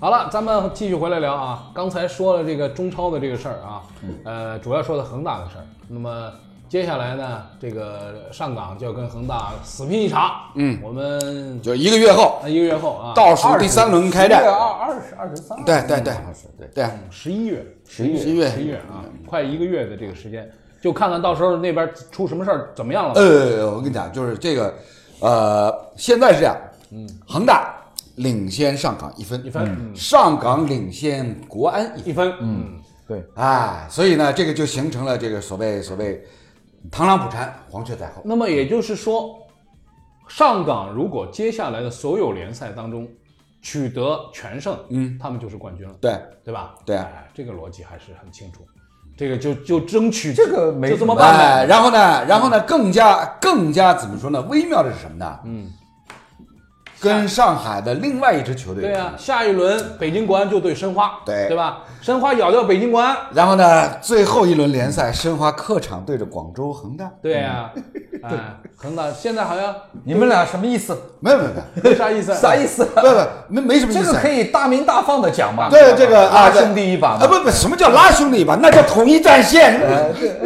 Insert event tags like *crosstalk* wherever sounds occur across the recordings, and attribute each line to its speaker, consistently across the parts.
Speaker 1: 好了，咱们继续回来聊啊。刚才说了这个中超的这个事儿啊，
Speaker 2: 嗯
Speaker 1: 呃，主要说的恒大的事儿。那么接下来呢，这个上港就要跟恒大死拼一场。嗯，我们
Speaker 2: 就一个月后，
Speaker 1: 一个月后啊，
Speaker 2: 倒数第三轮开
Speaker 3: 10月
Speaker 2: 战。
Speaker 3: 二二十二十三，
Speaker 2: 对对
Speaker 1: 嗯
Speaker 2: 对
Speaker 3: 好像是对，
Speaker 2: 对，哎
Speaker 1: 十一月，
Speaker 3: 十一
Speaker 2: 十一
Speaker 3: 月，
Speaker 2: 月
Speaker 1: 十一月啊，快一个月的这个时间，就看看到时候那边出什么事儿，怎么样了吧。
Speaker 2: 呃，我跟你讲，就是这个，呃，现在是这样，嗯，恒大领先上港一分，
Speaker 1: 一分嗯
Speaker 2: 上港领先国安
Speaker 1: 一
Speaker 2: 一分，
Speaker 1: 分，嗯，
Speaker 3: 对，
Speaker 2: 啊，所以呢，这个就形成了这个所谓所谓螳螂捕蝉，黄雀在后。
Speaker 1: 那么也就是说，上港如果接下来的所有联赛当中取得全胜，嗯，他们就是冠军了，
Speaker 2: 对，
Speaker 1: 对吧？
Speaker 2: 对啊
Speaker 1: 哎，这个逻辑还是很清楚。这个就就争取
Speaker 3: 这个没
Speaker 1: 就这么
Speaker 3: 什么
Speaker 1: 办呗。
Speaker 2: 哎，然后呢，然后呢，更加更加怎么说呢？微妙的是什么呢？嗯，跟上海的另外一支球队，
Speaker 1: 对啊，下一轮北京国安就对申花，
Speaker 2: 对
Speaker 1: 对吧？申花咬掉北京国安，
Speaker 2: 然后呢，最后一轮联赛，申花客场对着广州恒大，
Speaker 1: 对呀、啊，哎，恒大现在好像
Speaker 3: 你们俩什么意思？
Speaker 2: 没有没有没有，
Speaker 1: 没啥意思，
Speaker 3: *laughs* 啥意
Speaker 2: *laughs*
Speaker 3: 思？
Speaker 2: 不不，没没什么意
Speaker 3: 这
Speaker 2: 思。
Speaker 3: 个可以大鸣大放的讲嘛？
Speaker 2: 对这个啊，
Speaker 3: 拉兄弟一把
Speaker 2: 啊，
Speaker 3: 嘛。
Speaker 2: 不不，什么叫拉兄弟一把？那叫统一战线。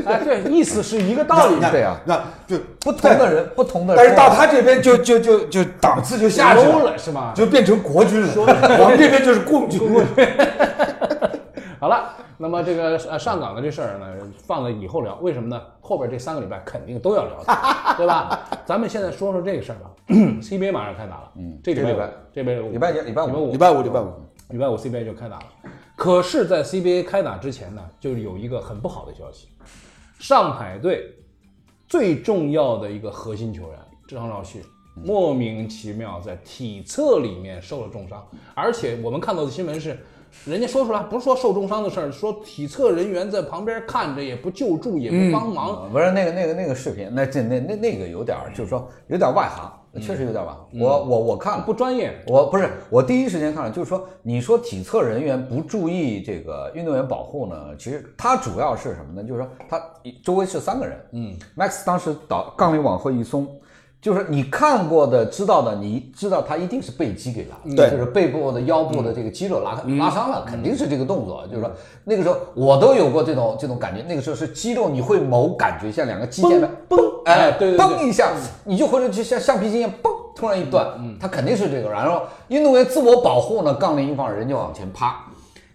Speaker 1: 哎，对，意思是一个道理
Speaker 2: 你。看
Speaker 3: 对啊，
Speaker 2: 那就
Speaker 3: 不同的人，不同的人，
Speaker 2: 但是到他这边就就就就档次就 *laughs* 下去
Speaker 1: ，low
Speaker 2: 了，
Speaker 1: 了是吗？
Speaker 2: 就变成国军了。我们这边就是共军。
Speaker 1: *laughs* 好了，那么这个呃上岗的这事儿呢，放在以后聊。为什么呢？后边这三个礼拜肯定都要聊的，
Speaker 3: *laughs*
Speaker 1: 对吧？咱们现在说说这个事儿吧。CBA *coughs* 马上开打了，嗯，这礼拜
Speaker 3: 这
Speaker 1: 五
Speaker 3: 礼拜
Speaker 1: 这礼拜五
Speaker 3: 礼拜几礼拜五
Speaker 1: 五
Speaker 2: 礼拜五，礼拜五，
Speaker 1: 礼拜五 CBA 就开打了。可是，在 CBA 开打之前呢，就是有一个很不好的消息，上海队最重要的一个核心球员张兆旭莫名其妙在体测里面受了重伤，而且我们看到的新闻是，人家说出来不是说受重伤的事儿，说体测人员在旁边看着也不救助也不帮忙，
Speaker 3: 不是那个那个那个视频，那这那那那个有点儿就是说有点外行，
Speaker 2: 嗯
Speaker 3: 确实有点外行。我我我看了，
Speaker 1: 不专业。
Speaker 3: 我不是我第一时间看了，就是说你说体测人员不注意这个运动员保护呢，其实他主要是什么呢？就是说他周围是三个人，嗯，Max 当时倒杠铃往后一松。就是你看过的、知道的，你知道他一定是背肌给拉
Speaker 1: 嗯
Speaker 3: 的，
Speaker 2: 对
Speaker 3: 就是背部的、腰部的这个肌肉拉、拉伤了，肯定
Speaker 1: 嗯
Speaker 3: 是这个动作。就是说，那个时候我都有过这种这种感觉，那个时候是肌肉你会某感觉像两个肌腱的
Speaker 1: 嘣
Speaker 3: 嘣，
Speaker 1: 哎
Speaker 3: 哎，
Speaker 1: 对对对
Speaker 3: 嘣一下，你就或者就像橡皮筋一样，嘣，突然一断，它肯定是这个。然后运动员自我保护呢，杠铃一放，人就往前趴。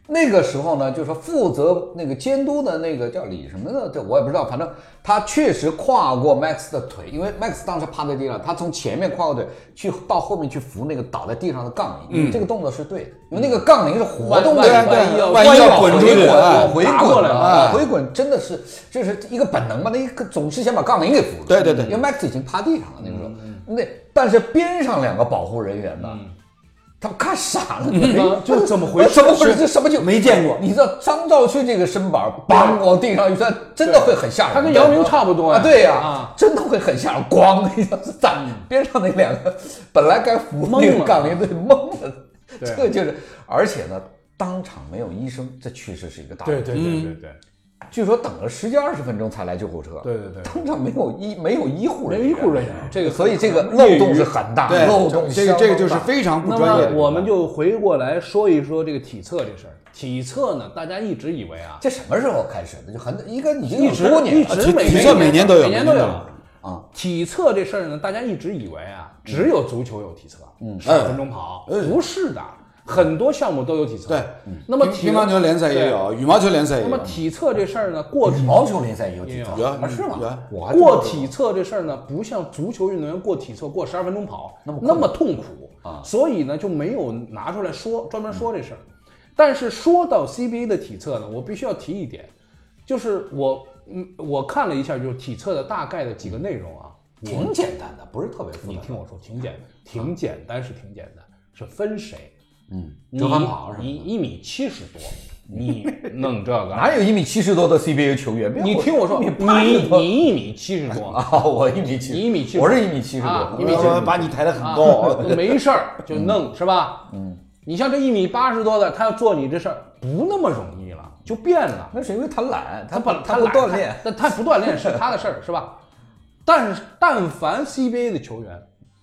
Speaker 3: 那个时候呢，就是说负责那个监督的那个叫李什么的，这我也不知道，反正他确实跨过 Max 的腿，因为 Max 当时趴在地上，他从前面跨过腿去到后面去扶那个倒在地上的杠铃，这个动作是对的，因为那个杠铃是活动的，
Speaker 1: 万一
Speaker 3: 万一要
Speaker 2: 万一要滚出去
Speaker 3: 回
Speaker 2: 哎
Speaker 3: 滚回
Speaker 1: 打过
Speaker 3: 滚
Speaker 1: 来了
Speaker 3: 啊
Speaker 2: 哎
Speaker 3: 回滚真的是这是一个本能吧，那一个总是想把杠铃给扶住，
Speaker 2: 对对对
Speaker 3: 因为 Max 已经趴地上了那个时候，
Speaker 1: 嗯
Speaker 3: 那但是边上两个保护人员呢，他们看傻了，
Speaker 1: 嗯 *laughs* 就怎么回事
Speaker 3: 怎么回 *laughs* 事？这什么就
Speaker 2: 没见过
Speaker 3: 你知道张兆旭这个身板，梆往地上一摔，真的会很吓人。
Speaker 1: 他跟姚明差不多呀
Speaker 3: 啊，对呀、
Speaker 1: 啊嗯
Speaker 3: 真的会很吓人，咣 *laughs* 的一下子打边上那两个本来该扶
Speaker 1: 懵了
Speaker 3: 那个杠铃的懵了，
Speaker 1: 对啊
Speaker 3: 这个就是，而且呢，当场没有医生，这确实是一个大问题。
Speaker 1: 对对对对
Speaker 3: 据说等了十几二十分钟才来救护车。
Speaker 1: 对对对
Speaker 3: 当场没有医没有医护
Speaker 1: 没
Speaker 3: 人
Speaker 1: 有
Speaker 3: 员，
Speaker 1: 医护人员，这个
Speaker 3: 所以这个漏洞是很大，
Speaker 2: 对
Speaker 3: 漏洞，
Speaker 2: 这个这个就是。非常不
Speaker 1: 那
Speaker 2: 专业
Speaker 1: 么
Speaker 2: 的。
Speaker 1: 我们就回过来说一说这个体测这事儿。体测呢，大家一直以为啊，
Speaker 3: 这什么时候开始的？就很应该已经
Speaker 1: 一
Speaker 3: 有
Speaker 1: 直
Speaker 3: 多年
Speaker 1: 一
Speaker 3: 了
Speaker 1: 直每
Speaker 2: 体测每年都有
Speaker 1: 每年都
Speaker 2: 每
Speaker 1: 有嗯
Speaker 2: 年都
Speaker 3: 啊。
Speaker 1: 体测这事儿呢，大家一直以为
Speaker 2: 嗯
Speaker 1: 啊，只有足球有体测，嗯，十
Speaker 2: 哎
Speaker 1: 五分钟跑，不是的，很多项目都有体测。
Speaker 2: 对，
Speaker 1: 那么
Speaker 2: 乒
Speaker 1: 体
Speaker 2: 乒乓球联赛也。有，羽毛球联赛也
Speaker 1: 对那么
Speaker 2: 有。
Speaker 1: 体测这事儿呢，过体
Speaker 3: 羽毛球联赛也有体
Speaker 1: 也
Speaker 3: 操
Speaker 2: 有
Speaker 3: 啊？是吗
Speaker 2: 有？
Speaker 3: 我还
Speaker 1: 嗯过体测这事儿呢，不像足球运动员过体测过十二分钟跑那么痛苦啊，所以呢就没有拿出来说专门说这事儿。但是说到 CBA 的体测呢，我必须要提一点，就是我嗯我看了一下就是体测的大概的几个内容啊，
Speaker 3: 挺简单啊的，不是特别复
Speaker 1: 你
Speaker 3: 杂。
Speaker 1: 听我说，挺简挺简单是挺简单，是分谁。嗯，
Speaker 3: 折返跑是吧
Speaker 1: 你一米七十多，你弄这个，
Speaker 3: *laughs* 哪有一米七十多的 CBA 球员？
Speaker 1: 你听我说，
Speaker 3: 你
Speaker 1: 你
Speaker 3: 你
Speaker 1: 你一米七十
Speaker 3: *laughs*
Speaker 1: 多，
Speaker 3: 啊，我一米七，
Speaker 1: 你一米70
Speaker 3: 我是一米七十
Speaker 1: 啊
Speaker 3: 多，
Speaker 1: 一米七
Speaker 2: 我把你抬得很
Speaker 1: 啊
Speaker 2: 高，
Speaker 1: 没事儿就弄是吧？嗯，你像这一米八十多的，他要做你这事儿不那么容易了，就变了。
Speaker 3: *laughs* 那是因为他懒，
Speaker 1: 他
Speaker 3: 不
Speaker 1: 本
Speaker 3: 他不
Speaker 1: 懒
Speaker 3: 锻炼，，
Speaker 1: 他他不锻炼是他的事儿，是吧？但是但凡 CBA 的球员，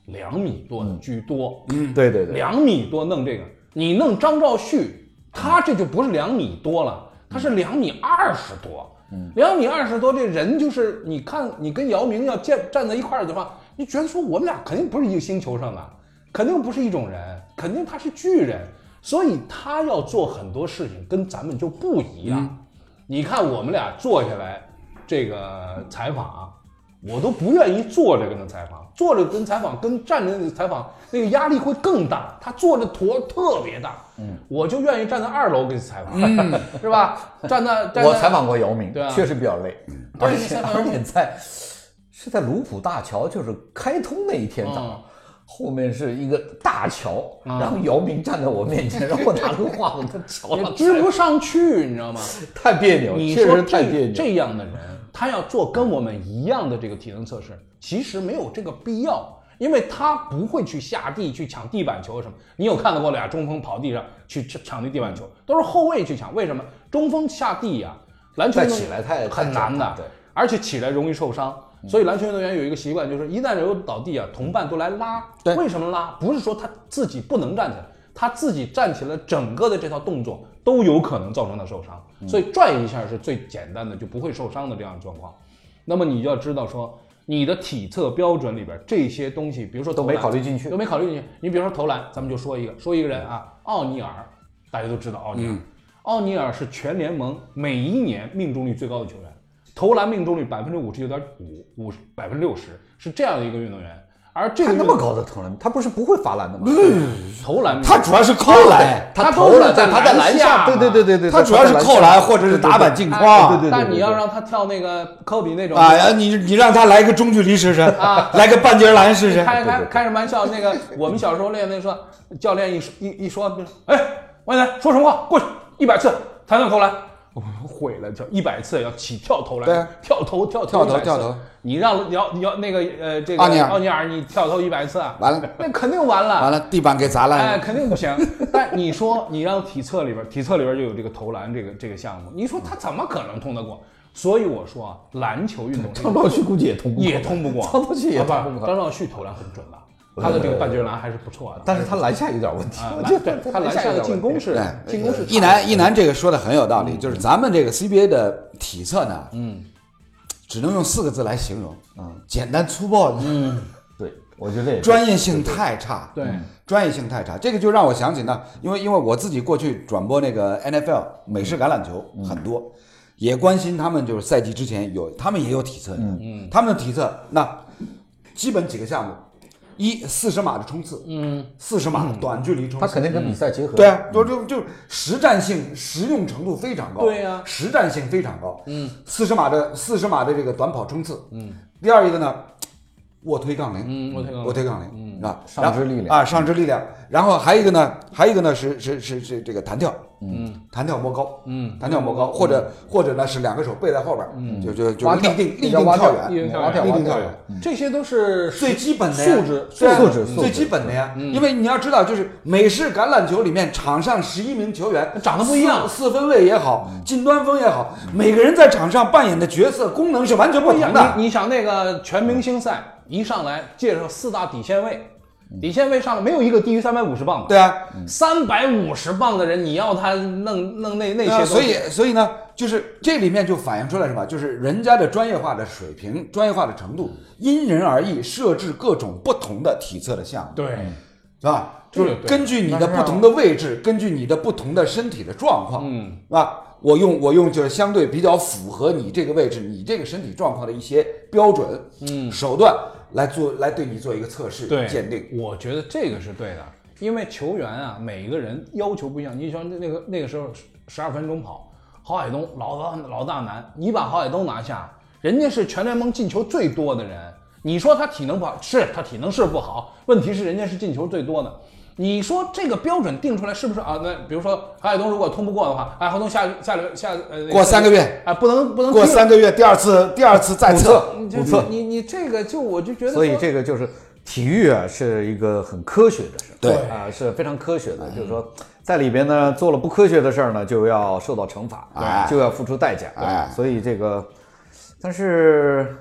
Speaker 1: 两米多的居多，
Speaker 3: 嗯，对对对，
Speaker 1: 两米多弄这个，你弄张兆旭，他这就不是两米多了，他是两米二十多。
Speaker 3: 嗯
Speaker 1: 两米二十多，这人就是你看，你跟姚明要站站在一块儿的话，你觉得说我们俩肯定不是一个星球上的，啊肯定不是一种人，肯定他是巨人，所以他要做很多事情跟咱们就不一样。
Speaker 3: 嗯
Speaker 1: 你看我们俩坐下来这个采访啊，我都不愿意坐着跟他采访，坐着跟采访跟站着那个采访那个压力会更大。他坐着坨特别大，嗯，我就愿意站在二楼跟你采访， *laughs* 是吧？站在站在
Speaker 3: 嗯我采访过姚明，
Speaker 1: 对啊
Speaker 3: 确实比较累，
Speaker 1: 而
Speaker 3: 而
Speaker 1: 且
Speaker 3: 且
Speaker 1: 采访姚
Speaker 3: 而
Speaker 1: 明
Speaker 3: 且在是在卢浦大桥，就是开通那一天早上。后面是一个大桥，然后姚明站在我面前，然后我拿着话筒在桥
Speaker 1: 也
Speaker 3: 上采
Speaker 1: 支
Speaker 3: 访，
Speaker 1: 不上去，你知道吗？
Speaker 3: 太别扭，
Speaker 1: 你
Speaker 3: 确
Speaker 1: 说
Speaker 3: 实太别
Speaker 1: 这
Speaker 3: 扭。
Speaker 1: 这样的人，他要做跟我们一样的这个体能测试，其实没有这个必要，因为他不会去下地去抢地板球什么。你有看到过俩中锋跑地上去抢抢那地板球，都是后卫去抢，为什么？中锋下地呀、篮球
Speaker 3: 再
Speaker 1: 运动
Speaker 3: 起来太
Speaker 1: 很难的，
Speaker 3: 太简单对
Speaker 1: 而且起来容易受伤。所以篮球运动员有一个习惯，就是一旦有倒地啊，同伴都来拉。
Speaker 2: 对
Speaker 1: 为什么拉？不是说他自己不能站起来，他自己站起来整个的这套动作都有可能造成他受伤。
Speaker 3: 嗯
Speaker 1: 所以拽一下是最简单的，就不会受伤的这样的状况。那么你要知道说，你的体测标准里边这些东西，比如说投篮
Speaker 3: 都没考虑进去
Speaker 1: 都没考虑进去。你比如说投篮，咱们就说一个，说一个人
Speaker 3: 嗯
Speaker 1: 啊，奥尼尔，大家都知道奥尼尔，奥尼尔是全联盟每一年命中率最高的球员，投篮命中率百分之五十九点五，五百分之六十是这样的一个运动员。而这个
Speaker 3: 他
Speaker 1: 运
Speaker 3: 那
Speaker 1: 动
Speaker 3: 么高的投篮，他不是不会罚篮的吗？
Speaker 1: 投篮命中
Speaker 2: 他
Speaker 1: 率，
Speaker 2: 主要是靠篮，
Speaker 1: 他
Speaker 3: 投
Speaker 1: 都
Speaker 3: 篮，
Speaker 1: 是在
Speaker 3: 他在
Speaker 1: 篮
Speaker 3: 篮
Speaker 1: 下
Speaker 3: 对
Speaker 1: 嘛
Speaker 3: 对对对对，
Speaker 2: 他主要是靠篮或者是打板进
Speaker 1: 哎
Speaker 2: 框。
Speaker 3: 对对
Speaker 1: 但你要让他跳那个科比那种
Speaker 2: 啊，呀，你你让他来个中距离试试，
Speaker 1: 啊
Speaker 2: 来个半截篮试试。
Speaker 1: 开开开什么玩笑？那个我们小时候练那说，教练一说一一说，就说哎，王一楠说什么话？过去一百次才能投篮。我说毁了，叫一百次要起跳投篮，
Speaker 2: 对啊
Speaker 1: 跳投跳
Speaker 2: 跳投
Speaker 1: 100次
Speaker 2: 跳投
Speaker 1: 你让姚姚那个呃这个
Speaker 2: 奥尼尔
Speaker 1: 奥尼尔你跳投一百次啊，
Speaker 2: 完了
Speaker 1: 那肯定完
Speaker 2: *laughs*
Speaker 1: 了，
Speaker 2: 完了，地板给
Speaker 1: 哎，
Speaker 2: 砸烂了。
Speaker 1: 肯定不
Speaker 2: *laughs*
Speaker 1: 行。但你说你让体测里边，体测里边就有这个投篮这个这个项目，你说他怎么可能通得过？所以我说啊，篮球运
Speaker 2: *laughs*
Speaker 1: 动这个
Speaker 3: 张兆旭估计也通不过
Speaker 1: 也通不过，
Speaker 3: 张兆旭也
Speaker 1: 啊
Speaker 3: 通不
Speaker 1: 不
Speaker 3: 过
Speaker 1: 张兆旭投篮很准的，他的这个半截篮还是不错的。
Speaker 3: 但是他篮下有点问题
Speaker 1: 啊，
Speaker 3: 我
Speaker 1: 篮
Speaker 3: 觉
Speaker 1: 对
Speaker 3: 得
Speaker 1: 他篮下
Speaker 3: 有
Speaker 1: 的
Speaker 3: 点问题
Speaker 1: 进攻是
Speaker 2: 对
Speaker 1: 进攻是
Speaker 2: 哎一楠一楠这个说的很有道理，就是咱们这个 CBA 的体测呢，嗯，只能用四个字来形容，嗯，简单粗暴，嗯，
Speaker 3: 对，我觉得也是
Speaker 2: 专业性太差，嗯
Speaker 1: 对
Speaker 2: 专业性太差，这个就让我想起呢，因为因为我自己过去转播那个 NFL 美式橄榄球很多，也关心他们就是赛季之前有他们也有体测，嗯嗯，他们的体测那基本几个项目，一四十码的冲刺，嗯，四十码的短距离冲
Speaker 3: 他
Speaker 2: 刺，
Speaker 3: 肯定跟比赛结合。
Speaker 2: 对啊，就就就实战性、实用程度非常高。
Speaker 1: 对呀
Speaker 2: 实战性非常高。嗯，四十码的四十码的这个短跑冲刺。嗯，第二一个呢，卧推杠铃。
Speaker 1: 嗯卧推杠铃
Speaker 2: 我推杠铃。嗯啊，
Speaker 3: 上
Speaker 2: 然后
Speaker 3: 肢力量
Speaker 2: 啊，上肢力量。然后还有一个呢，还有一个呢是是是是这个弹跳。嗯，弹跳摸高。嗯，弹跳摸高，或者或者呢是两个手背在后边儿，就就就
Speaker 3: 蛙
Speaker 2: 立
Speaker 3: 跳
Speaker 2: 定
Speaker 3: 那
Speaker 2: 立
Speaker 3: 叫
Speaker 2: 定
Speaker 3: 蛙
Speaker 2: 跳
Speaker 3: 跳
Speaker 1: 一人
Speaker 2: 远，
Speaker 1: 跳远
Speaker 2: 立
Speaker 3: 蛙
Speaker 2: 定
Speaker 3: 跳
Speaker 2: 跳远。
Speaker 1: 这些都是
Speaker 2: 最基本的呀
Speaker 1: 素质嗯
Speaker 2: 对啊
Speaker 3: 素质素质
Speaker 2: 最基本的呀。因为你要知道，就是美式橄榄球里面场上十一名球员
Speaker 1: 长得不一样嗯
Speaker 2: 四四分卫也好，近端锋也好，每个人在场上扮演的角色功能是完全不
Speaker 1: 不
Speaker 2: 一
Speaker 1: 一
Speaker 2: 样
Speaker 1: 样
Speaker 2: 的。
Speaker 1: 你你想那个全明星赛一上来介绍四大底线位，底线位上来没有一个低于三百五十磅的。
Speaker 2: 嗯对啊，
Speaker 1: 三百五十磅的人，你要他弄弄那那些东西，
Speaker 2: 那啊所以所以呢，就是这里面就反映出来什么？就是人家的专业化的水平、专业化的程
Speaker 1: 嗯
Speaker 2: 度因人而异，设置各种不同的体测的项目。
Speaker 1: 对
Speaker 2: 是吧？
Speaker 1: 这
Speaker 2: 就
Speaker 1: 个
Speaker 2: 是
Speaker 1: 对
Speaker 2: 根据你的不同的位置，根据你的不同的身体的状况，嗯，是吧？我用我用就是相对比较符合你这个位置、你这个身体状况的一些标准，嗯，手段来做来对你做一个测试
Speaker 1: 对
Speaker 2: 鉴定。
Speaker 1: 我觉得这个是对的，因为球员啊，每一个人要求不一样。你像那个那个时候十二分钟跑，郝海东老大老大难，你把郝海东拿下，人家是全联盟进球最多的人，你说他体能不好，是他体能是不好，问题是人家是进球最多的。你说这个标准定出来是不是啊？那比如说郝海东如果通不过的话，哎，郝海东下下下下呃
Speaker 2: 过三个月
Speaker 1: 啊，不能不能
Speaker 2: 过
Speaker 1: 踢了
Speaker 2: 三个月，第二次第二次再测，
Speaker 1: 哎你
Speaker 3: 五
Speaker 1: 这
Speaker 3: 次
Speaker 1: 你你这个就我就觉得
Speaker 3: 所以
Speaker 1: 说
Speaker 3: 这个就是体育啊，是一个很科学的事儿，
Speaker 2: 对
Speaker 3: 啊、是非常科学的，就是说在里边呢做了不科学的事儿呢，就要受到惩罚，
Speaker 2: 哎
Speaker 3: 就要付出代价，
Speaker 2: 哎
Speaker 3: 所以这个，但是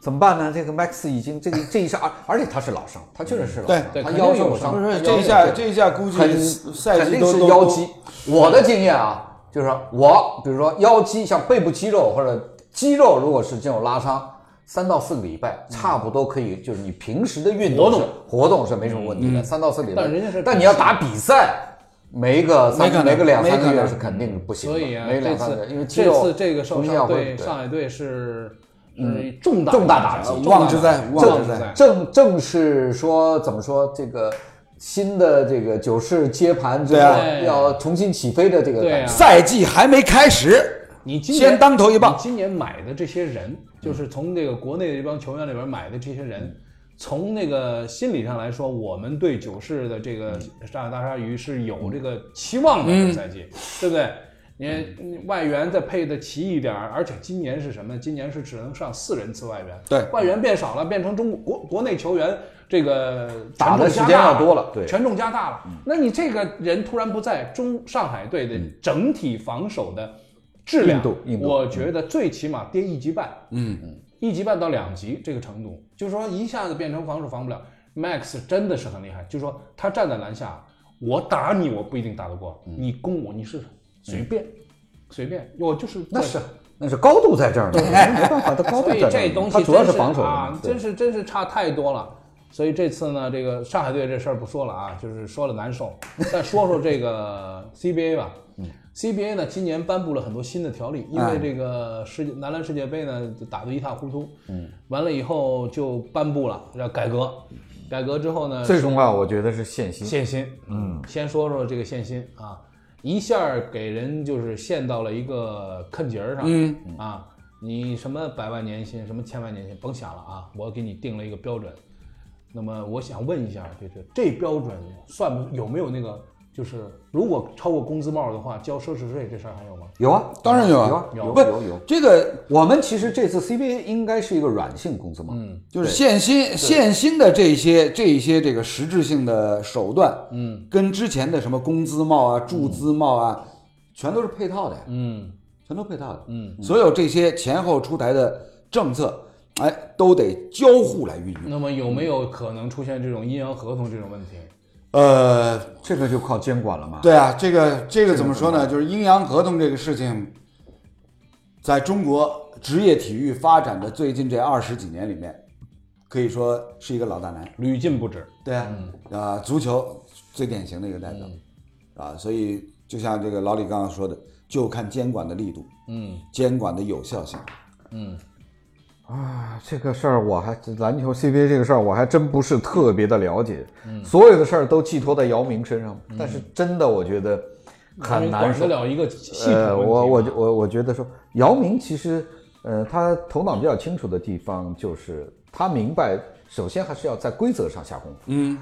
Speaker 3: 怎么办呢？这个 Max 已经这个这一下，而而且他是老伤，他确实是老
Speaker 2: 对
Speaker 3: 伤，
Speaker 1: 对
Speaker 3: 他
Speaker 1: 肯定
Speaker 3: 腰
Speaker 1: 有
Speaker 3: 受过伤，
Speaker 1: 伤
Speaker 2: 不是
Speaker 3: 他
Speaker 2: 这
Speaker 3: 腰
Speaker 2: 一
Speaker 3: 受
Speaker 2: 下，
Speaker 3: 过
Speaker 2: 这一下估计
Speaker 3: 很
Speaker 2: 赛
Speaker 3: 肯
Speaker 2: 季
Speaker 3: 定
Speaker 2: 都
Speaker 3: 是
Speaker 2: 都
Speaker 3: 腰肌。我的经验啊，就是我比如说腰肌，像背部肌肉或者肌肉，如果是这种拉伤，三到四个礼拜差不多可以，就是你平时的运动
Speaker 1: 嗯活动嗯
Speaker 3: 是活动是没什么问题的，三到四个礼拜。
Speaker 1: 但人家是
Speaker 3: 但你要打比赛，没个三
Speaker 2: 没可能
Speaker 3: 没个两三
Speaker 2: 没
Speaker 3: 个
Speaker 2: 可
Speaker 3: 月
Speaker 2: 能
Speaker 3: 是肯定不行的，
Speaker 1: 所以啊，
Speaker 3: 没
Speaker 1: 这
Speaker 3: 两三个
Speaker 1: 次
Speaker 3: 月，因为肌
Speaker 1: 这
Speaker 3: 肉
Speaker 1: 次这个受
Speaker 3: 同样
Speaker 1: 伤
Speaker 3: 会
Speaker 1: 对
Speaker 3: 对
Speaker 1: 上海队是嗯重大
Speaker 3: 重大打击
Speaker 1: 重
Speaker 2: 望之
Speaker 1: 打
Speaker 2: 灾
Speaker 1: 击
Speaker 2: 望
Speaker 1: 望
Speaker 2: 之
Speaker 1: 之
Speaker 2: 灾
Speaker 1: 灾。
Speaker 3: 正正是说怎么说这个新的这个九世接盘之
Speaker 2: 对
Speaker 3: 后、
Speaker 2: 啊
Speaker 1: 对
Speaker 3: 要重新起飞的这个
Speaker 1: 对
Speaker 3: 感
Speaker 1: 啊
Speaker 3: 觉，
Speaker 2: 赛季还没开始，
Speaker 1: 你今年
Speaker 2: 先当头一棒
Speaker 1: 你今年买的这些
Speaker 3: 嗯
Speaker 1: 人，就是从这个国内的这帮球员里边买的这些人，从那个心理上来说，我们对九世的这个
Speaker 3: 嗯
Speaker 1: 上海大鲨鱼是有这个期望的，这个赛季，对不对？
Speaker 3: 嗯
Speaker 1: 你外援再配的齐一点儿，而且今年是什么？今年是只能上四人次外援，
Speaker 2: 对
Speaker 1: 外援变少了，变成中国国内球员这个
Speaker 3: 打的
Speaker 1: 权重
Speaker 3: 时间
Speaker 1: 加大
Speaker 3: 要多了对嗯
Speaker 1: 权重加大了。那你这个人突然不在，中上海队的整体防守的质量，
Speaker 3: 硬度硬度
Speaker 1: 我觉得最起码跌一级半，嗯嗯，一级半到两级这个程度，就是说一下子变成防守防不了。Max 真的是很厉害，就是说他站在篮下，我打你我不一定打得过，
Speaker 3: 嗯
Speaker 1: 你攻我你试试，随便，随便，我就是
Speaker 3: 那是啊那是高度在这儿呢，没办法，它高度
Speaker 1: 所
Speaker 3: 在
Speaker 1: 以
Speaker 3: 这儿
Speaker 1: 这
Speaker 3: 呢
Speaker 1: 东西
Speaker 3: 它主要
Speaker 1: 真是
Speaker 3: 防守
Speaker 1: 啊，
Speaker 3: 对
Speaker 1: 真是真是差太多了。所以这次呢，这个上海队这事儿不说了啊，就是说了难受。再说说这个 *laughs* CBA 吧。CBA
Speaker 3: 嗯
Speaker 1: 呢，今年颁布了很多新的条例，因
Speaker 3: 哎
Speaker 1: 为这个世界男篮世界杯呢打得一塌糊涂，嗯，完了以后就颁布了要改革，改革之后呢，
Speaker 4: 最重要我觉得是限薪，
Speaker 1: 限薪，嗯，先说说这个限薪啊，一下儿给人就是限到了一个坑节儿上，嗯啊，你什么百万年薪，什么千万年薪，甭想了啊，我给你定了一个标准。那么我想问一下，就是这标准算不有没有那个，就是如果超过工资帽的话，交奢侈税这事儿还有吗？
Speaker 3: 有啊，
Speaker 2: 当然有
Speaker 3: 有
Speaker 2: 啊
Speaker 3: 啊，有
Speaker 2: 不
Speaker 3: 有有。
Speaker 2: 这个
Speaker 3: 我们其实这次 CBA 应该是一个软性工资嘛，
Speaker 1: 嗯
Speaker 2: 就是限薪限薪的这一些这一些这个实质性的手段，嗯，跟之前的什么工资帽啊、注资帽啊，全都是配套的，
Speaker 1: 嗯，
Speaker 2: 全都配套的，嗯，所有这些前后出台的政策，哎，都得交互来运用。
Speaker 1: 那么有没有可能出现这种阴阳合同这种问题？
Speaker 2: 呃，
Speaker 3: 这个就靠监管了嘛。
Speaker 2: 对啊，这个这个怎么说呢？就是阴阳合同这个事情，在中国职业体育发展的最近这二十几年里面，可以说是一个老大难。
Speaker 1: 屡禁不止。
Speaker 2: 对啊，啊，足球最典型的一个代表，啊，所以就像这个老李刚刚说的，就看监管的力度，
Speaker 1: 嗯，
Speaker 2: 监管的有效性。
Speaker 4: 啊，这个事儿我还篮球 CBA 这个事儿我还真不是特别的了解，
Speaker 1: 嗯
Speaker 4: 所有的事儿都寄托在姚明身上，但是真的我觉得很难
Speaker 1: 管得
Speaker 4: 说。
Speaker 1: 了一个系统问题
Speaker 4: 呃，
Speaker 1: 吗。
Speaker 4: 我我就我我觉得说，姚明其实呃他头脑比较清楚的地方就是他明白，首先还是要在规则上下功夫。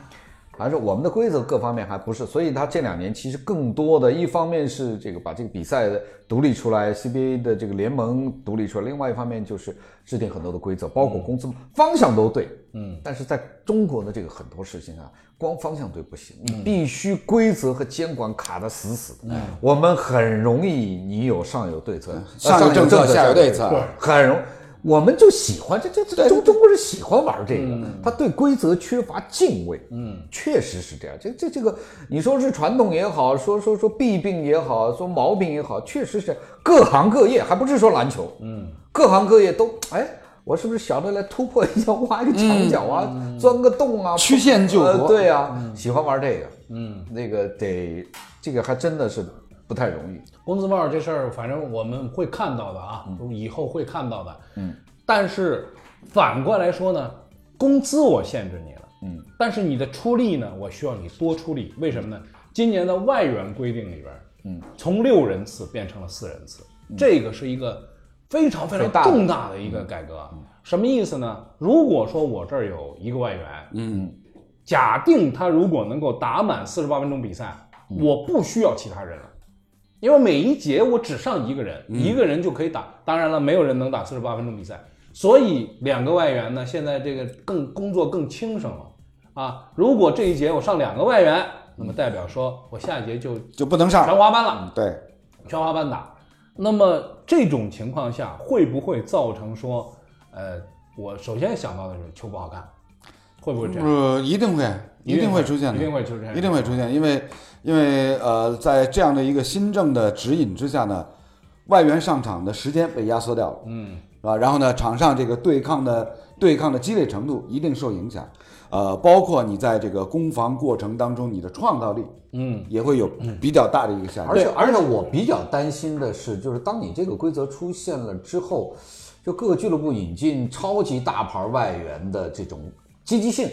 Speaker 4: 还是我们的规则各方面还不是，所以他这两年其实更多的一方面是这个把这个比赛独立出来，CBA 的这个联盟独立出来，另外一方面就是制定很多的规则，包括
Speaker 2: 嗯
Speaker 4: 工资方向都对，嗯，但是在中国的这个很多事情啊，光方向对不行，
Speaker 2: 嗯
Speaker 4: 你必须规则和监管卡得死死的，我们很容易你有上有对策，
Speaker 3: 呃
Speaker 4: 呃
Speaker 2: 上有政策下有对策对
Speaker 3: 啊
Speaker 4: 很容。我们就喜欢这这这中中国人喜欢玩这个，他对规则缺乏敬畏，嗯，确实是这样。这这这个，你说是传统也好，说说说弊病也好，说毛病也好，确实是各行各业，还不是说篮球，嗯，各行各业都哎。我是不是想着来突破一下，挖一个墙角啊，钻个洞啊，
Speaker 2: 曲线救
Speaker 4: 呃
Speaker 2: 国
Speaker 4: 对啊，喜欢玩这个，嗯，那个得，这个还真的是不太容易。
Speaker 1: 工资帽这事儿，反正我们会看到的啊，以后会看到的。嗯，但是反过来说呢，工资我限制你了，嗯，但是你的出力呢，我需要你多出力。为什么呢？今年的外援规定里边，嗯，从六人次变成了四人次，这个是一个非常非常
Speaker 4: 很大的
Speaker 1: 重大的一嗯个改革。什么意思呢？如果说我这儿有一个外援，嗯假定他如果能够打满四十八分钟比赛，我不需要其他人了，因为每一节我只上一个人，
Speaker 2: 嗯
Speaker 1: 一个人就可以打。当然了，没有人能打四十八分钟比赛，所以两个外援呢，现在这个更工作更轻省了啊。如果这一节我上两个外援，那么代表说我下一节就
Speaker 2: 就不能上
Speaker 1: 全。滑班了。
Speaker 2: 对，
Speaker 1: 全华班打。那么这种情况下，会不会造成说，呃，我首先想到的是球不好看，会不会这样？
Speaker 2: 呃，一定会，一定嗯会出现的，
Speaker 1: 一定会出现的
Speaker 2: 一定会出现，因为因为呃，在这样的一个新政的指引之下呢，外援上场的时间被压缩掉了，嗯，是吧？然后呢，场上这个对抗的对抗的激烈程度一定受影响，呃，包括你在这个攻防过程当中，你的创造力，嗯，也会有比较大的一个下降
Speaker 3: 而。且而且我比较担心的是，就是当你这个规则出现了之后，就各个俱乐部引进超级大牌外援的这种积极性，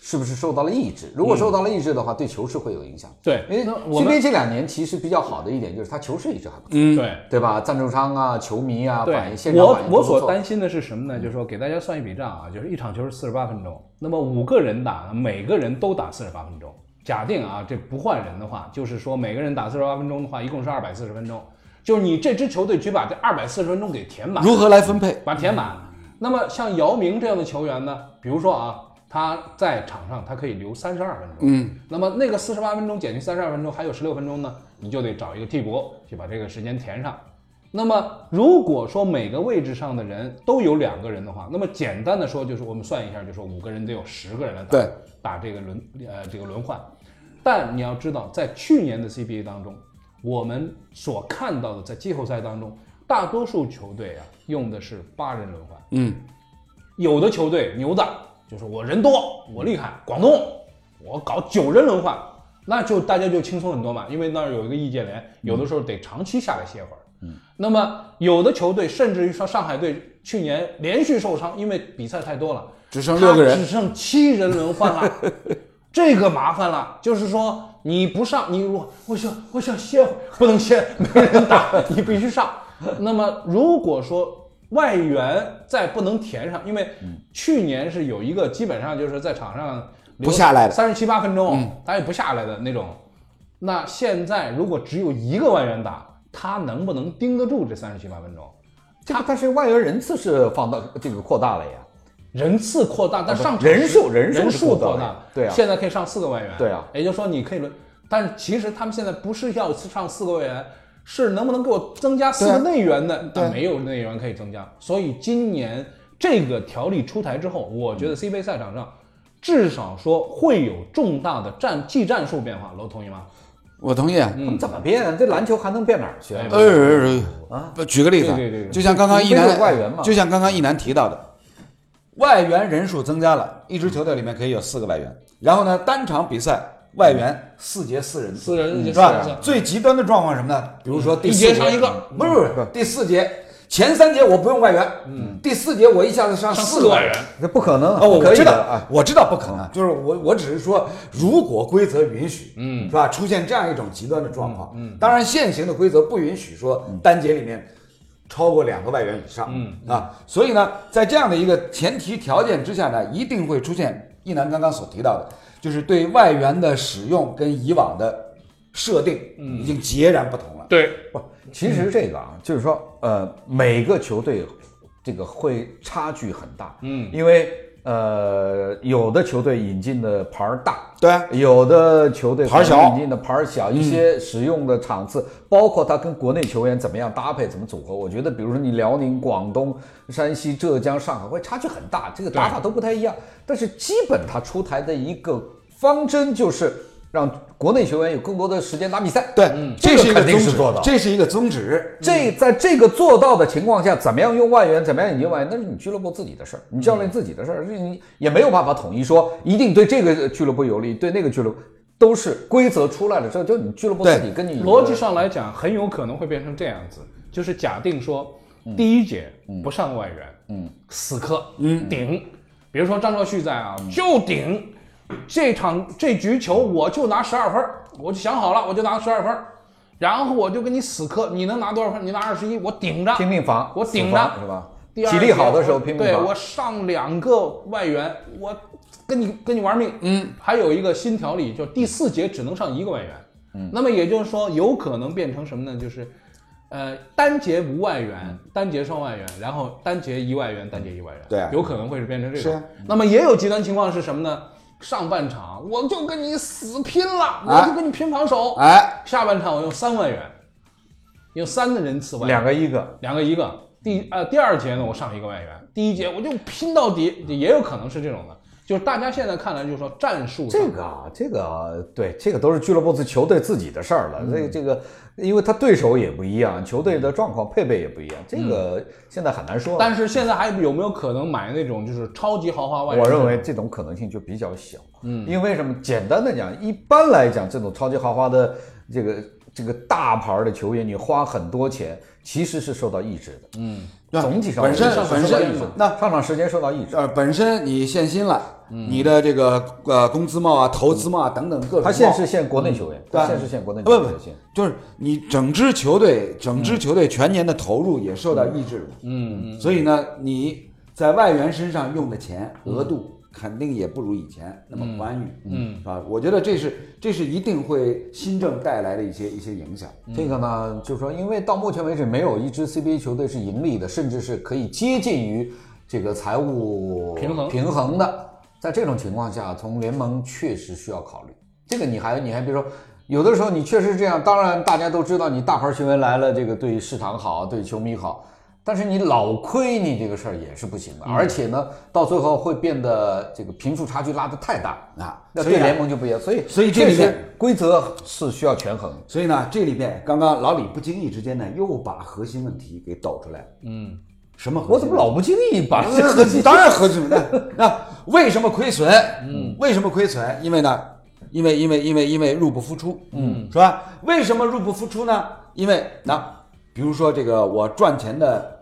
Speaker 3: 是不是受到了抑制？如果受到了抑制的话，对球市会有影响。
Speaker 1: 嗯对
Speaker 3: 因为
Speaker 1: 那我们
Speaker 3: CBA 这两年其实比较好的一点就是它球市一直还不错，
Speaker 2: 嗯
Speaker 1: 对。
Speaker 3: 对吧？赞助商啊、球迷啊，反应现场
Speaker 1: 我
Speaker 3: 反应都
Speaker 1: 我
Speaker 3: 不错
Speaker 1: 所担心的是什么呢？就是说给大家算一笔账啊，就是一场球是四十八分钟，那么五个人打，每个人都打四十八分钟。假定啊，这不换人的话，就是说每个人打四十八分钟的话，一共是二百四十分钟。就是你这支球队只把这二百四十分钟给填满，
Speaker 2: 如何来分配？
Speaker 1: 把填满。那么像姚明这样的球员呢，比如说啊，他在场上他可以留三十二分钟，嗯，那么那个四十八分钟减去三十二分钟，还有十六分钟呢，你就得找一个替补去把这个时间填上。那么如果说每个位置上的人都有两个人的话，那么简单的说就是我们算一下，就说五个人得有十个人来打
Speaker 2: 对
Speaker 1: 打这个轮呃这个轮换。但你要知道，在去年的 CBA 当中，我们所看到的在季后赛当中，大多数球队啊用的是八人轮换。
Speaker 2: 嗯，
Speaker 1: 有的球队牛的就是我人多，我厉害，广东我搞九人轮换，那就大家就轻松很多嘛，因为那儿有一个易建联，有的时候得长期下来歇会儿。嗯，那么有的球队甚至于说上海队去年连续受伤，因为比赛太多了，
Speaker 2: 只剩六个人
Speaker 1: 他只剩七人轮换
Speaker 2: *laughs*
Speaker 1: 了。这个麻烦了，就是说你不上，你我我想我想歇会儿，不能歇，没人
Speaker 2: *laughs*
Speaker 1: 打，你必须上。那么如果说外援再不能填上，因为
Speaker 2: 嗯
Speaker 1: 去年是有一个基本上就是在场上
Speaker 2: 不下来的嗯
Speaker 1: 三十七八分钟，他也不下来的那种。那现在如果只有一个外援打，他能不能盯得住这三十七八分钟？
Speaker 4: 这个但是外援人次是放到这个扩大了呀。
Speaker 1: 人次扩大，但上场
Speaker 4: 啊人数
Speaker 1: 人
Speaker 4: 人数是
Speaker 1: 数
Speaker 4: 扩大
Speaker 1: 扩
Speaker 4: 的
Speaker 1: 大，
Speaker 4: 对啊
Speaker 1: 现在可以上四个外援，
Speaker 4: 对啊
Speaker 1: 也就是说你可以轮，但是其实他们现在不是要上四个外援，是能不能给我增加四个内援
Speaker 4: 啊
Speaker 1: 呢？但没有内援可以增加，所以今年这个条例出台之后，我觉得
Speaker 4: 嗯
Speaker 1: CBA 赛场上至少说会有重大的战技战术变化，楼同意吗？
Speaker 2: 我同意啊。
Speaker 1: 嗯
Speaker 4: 怎么变？这篮球还能变哪儿去？
Speaker 3: 啊
Speaker 1: 哎
Speaker 2: 呃呃呃，举个例子啊，
Speaker 1: 对对对
Speaker 2: 就像刚刚一
Speaker 4: 你没
Speaker 2: 楠
Speaker 4: 有外援嘛
Speaker 2: 就像刚刚一楠提到的，外援人数增加了，一支球队里面可以有四个外援，然后呢，单场比赛外援四节四人，嗯
Speaker 1: 四人四人嗯
Speaker 2: 是吧？最极端的状况是什么呢？比如说第四
Speaker 1: 一节上一个，
Speaker 2: 不是不是不是，第四节前三节我不用外援，嗯，第四节我一下子上
Speaker 1: 上
Speaker 2: 四
Speaker 1: 个
Speaker 2: 个
Speaker 1: 外
Speaker 2: 外
Speaker 1: 援
Speaker 2: 援。，
Speaker 4: 这不可能，
Speaker 2: *laughs* 哦，
Speaker 4: 不
Speaker 2: 我
Speaker 4: 可以
Speaker 2: 知
Speaker 4: 的
Speaker 2: 道
Speaker 4: 啊！，
Speaker 2: 我知道不可能，就是我我只是说，如果规则允许，嗯，是吧？出现这样一种极端的状况，嗯，当然现行的规则不允许说单节里面超过两个外援以上，嗯啊，所以呢，在这样的一个前提条件之下呢，一定会出现一楠刚刚所提到的，就是对外援的使用跟以往的设定已经截然不同了，
Speaker 1: 对，
Speaker 4: 不，其实这个啊，就是说，呃，每个球队这个会差距很大，嗯，因为呃，有的球队引进的牌儿大，
Speaker 2: 对啊
Speaker 4: 有的球队
Speaker 2: 牌儿小嗯
Speaker 4: 引进的牌儿小，一些使用的场次，包括他跟国内球员怎么样搭配、怎么组合，我觉得，比如说你辽宁、广东、山西、浙江、上海会差距很大，这个打法都不太一样。但是基本他出台的一个方针就是让国内球员有更多的时间打比赛，
Speaker 2: 对，这
Speaker 4: 这
Speaker 2: 是一
Speaker 4: 个
Speaker 2: 个
Speaker 4: 肯定
Speaker 2: 宗
Speaker 4: 是
Speaker 2: 旨
Speaker 4: 做到，
Speaker 2: 这是一个宗旨，
Speaker 4: 这
Speaker 1: 嗯
Speaker 4: 在这个做到的情况下，怎么样用外援，怎么样引进外援，那是你俱乐部自己的事儿，你教
Speaker 1: 嗯
Speaker 4: 练自己的事儿，这你也没有办法统一说一定对这个俱乐部有利，对那个俱乐部都是规则出来了之后，就你俱乐部自己跟你
Speaker 1: 逻辑上来讲，很有可能会变成这样子，就是假定说，第一节不上外援，嗯，死磕，嗯，顶，比如说张兆旭在啊，就顶，这场这局球我就拿十二分儿，我就想好了，我就拿十二分儿，然后我就跟你死磕，你能拿多少分儿？你拿二十一，我顶着，
Speaker 4: 拼命防，
Speaker 1: 我顶
Speaker 4: 死
Speaker 1: 着
Speaker 4: 防是吧？
Speaker 1: 第二
Speaker 4: 体力好的时候
Speaker 1: 节
Speaker 4: 拼命
Speaker 1: 对
Speaker 4: 防，
Speaker 1: 我上两个外援，我跟你跟你玩命。嗯，还有一个新条例，就是第四节只能上一个外援。嗯，那么也就是说，有可能变成什么呢？就是，呃，单节无外
Speaker 4: 嗯
Speaker 1: 援，单节双外援，然后单节一外援，单节一外援。
Speaker 2: 对啊
Speaker 1: 有可能会是变成这
Speaker 2: 是
Speaker 1: 种
Speaker 2: 啊。
Speaker 1: 那么也有极端情况是什么呢？上半场我就跟你死拼了，
Speaker 2: 哎
Speaker 4: 啊
Speaker 1: 我就跟你拼防守。
Speaker 2: 哎，
Speaker 1: 下半场我用三外援，用三个人次外援，
Speaker 4: 两个一个，
Speaker 1: 两个一个，第呃第二节呢，我上一个外援，第一节我就拼到底，也有可能是这种的。就是大家现在看来，就是说战术上
Speaker 3: 这个啊，这个啊对，这个都是俱乐部自球队自己的事儿
Speaker 1: 嗯
Speaker 3: 了。这、这个，因为他对手也不一样，球队的状况配备也不一样，这个现在很难说
Speaker 1: 嗯
Speaker 3: 了。
Speaker 1: 但是现在还有没有可能买那种就是超级豪华外援？
Speaker 3: 我认为这种可能性就比较小。嗯，因为什么？简单的讲，一般来讲，这种超级豪华的这个这个大牌儿的球员，你花很多钱，其实是受到抑制的。嗯，总体上
Speaker 2: 本身
Speaker 3: 是受到
Speaker 2: 本身
Speaker 3: 抑制的
Speaker 2: 那
Speaker 3: 上场时间受到抑制。
Speaker 2: 呃，本身你限薪了，你的这个呃工资帽啊、投资帽啊等等各种帽，
Speaker 3: 他现是限国内球员，
Speaker 2: 对
Speaker 3: 他
Speaker 2: 啊
Speaker 3: 现是限国内球
Speaker 2: 不
Speaker 3: 员
Speaker 2: 不
Speaker 3: 限。，
Speaker 2: 就是你整支球队，整支球队全年的投入也受到抑制了。嗯嗯。所以呢，你在外援身上用的钱额度肯定也不如以前那么宽裕。嗯嗯，是吧？我觉得这是这是一定会新政带来的一些一些影响。
Speaker 3: 这个呢，
Speaker 5: 就是说，因为到目前为止，没有一支 CBA 球队是盈利的，甚至是可以接近于这个财务
Speaker 1: 平衡
Speaker 5: 平衡的。在这种情况下，从联盟确实需要考虑这个。你还你还别说，有的时候你确实是这样。当然，大家都知道你大牌球员来了，这个对市场好，对球迷好。但是你老亏你这个事儿也是不行的，
Speaker 2: 嗯
Speaker 5: 而且呢，到最后会变得这个贫富差距拉得太大
Speaker 2: 啊
Speaker 5: 那
Speaker 2: 所以
Speaker 5: 对
Speaker 2: 啊
Speaker 5: 联盟就不一样。所以
Speaker 2: 所以这
Speaker 5: 确
Speaker 2: 里面
Speaker 5: 实规则是需要权衡的。
Speaker 2: 所以呢，这里边刚刚老李不经意之间呢，又把核心问题给抖出来了。嗯，什么核心？
Speaker 5: 我怎么老不经意把这
Speaker 2: 核心嗯当然核心了。那为什么亏损？嗯，为什么亏损？因为呢，因为因为因为因为入不敷出，嗯，是吧？为什么入不敷出呢？因为那比如说这个我赚钱的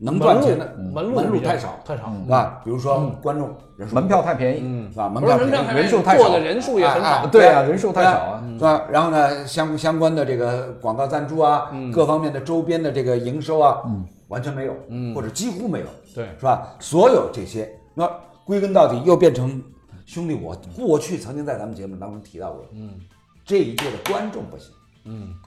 Speaker 2: 能赚钱的
Speaker 3: 嗯
Speaker 1: 门路
Speaker 2: 门
Speaker 1: 比
Speaker 2: 路
Speaker 1: 较
Speaker 2: 太少，
Speaker 1: 太少。嗯
Speaker 2: 是吧？比如说观众人数
Speaker 3: 门票太便宜。
Speaker 2: 是吧？门
Speaker 1: 不是
Speaker 2: 票
Speaker 1: 门票太
Speaker 2: 便宜
Speaker 3: 人数
Speaker 1: 便宜
Speaker 3: 太
Speaker 1: 坐
Speaker 3: 少
Speaker 1: 的人数也很
Speaker 2: 啊
Speaker 1: 少
Speaker 2: 啊，
Speaker 3: 对啊
Speaker 2: 啊，
Speaker 3: 人数太少啊
Speaker 2: 是吧？然后呢，相相关的这个广告赞助啊，
Speaker 1: 嗯
Speaker 2: 各方面的周边的这个营收啊，完全没有，或者几乎没有，
Speaker 1: 嗯对
Speaker 2: 是吧？所有这些，那归根到底又变成兄弟，我过去曾经在咱们节目当中提到过，嗯，这一届的观众不行，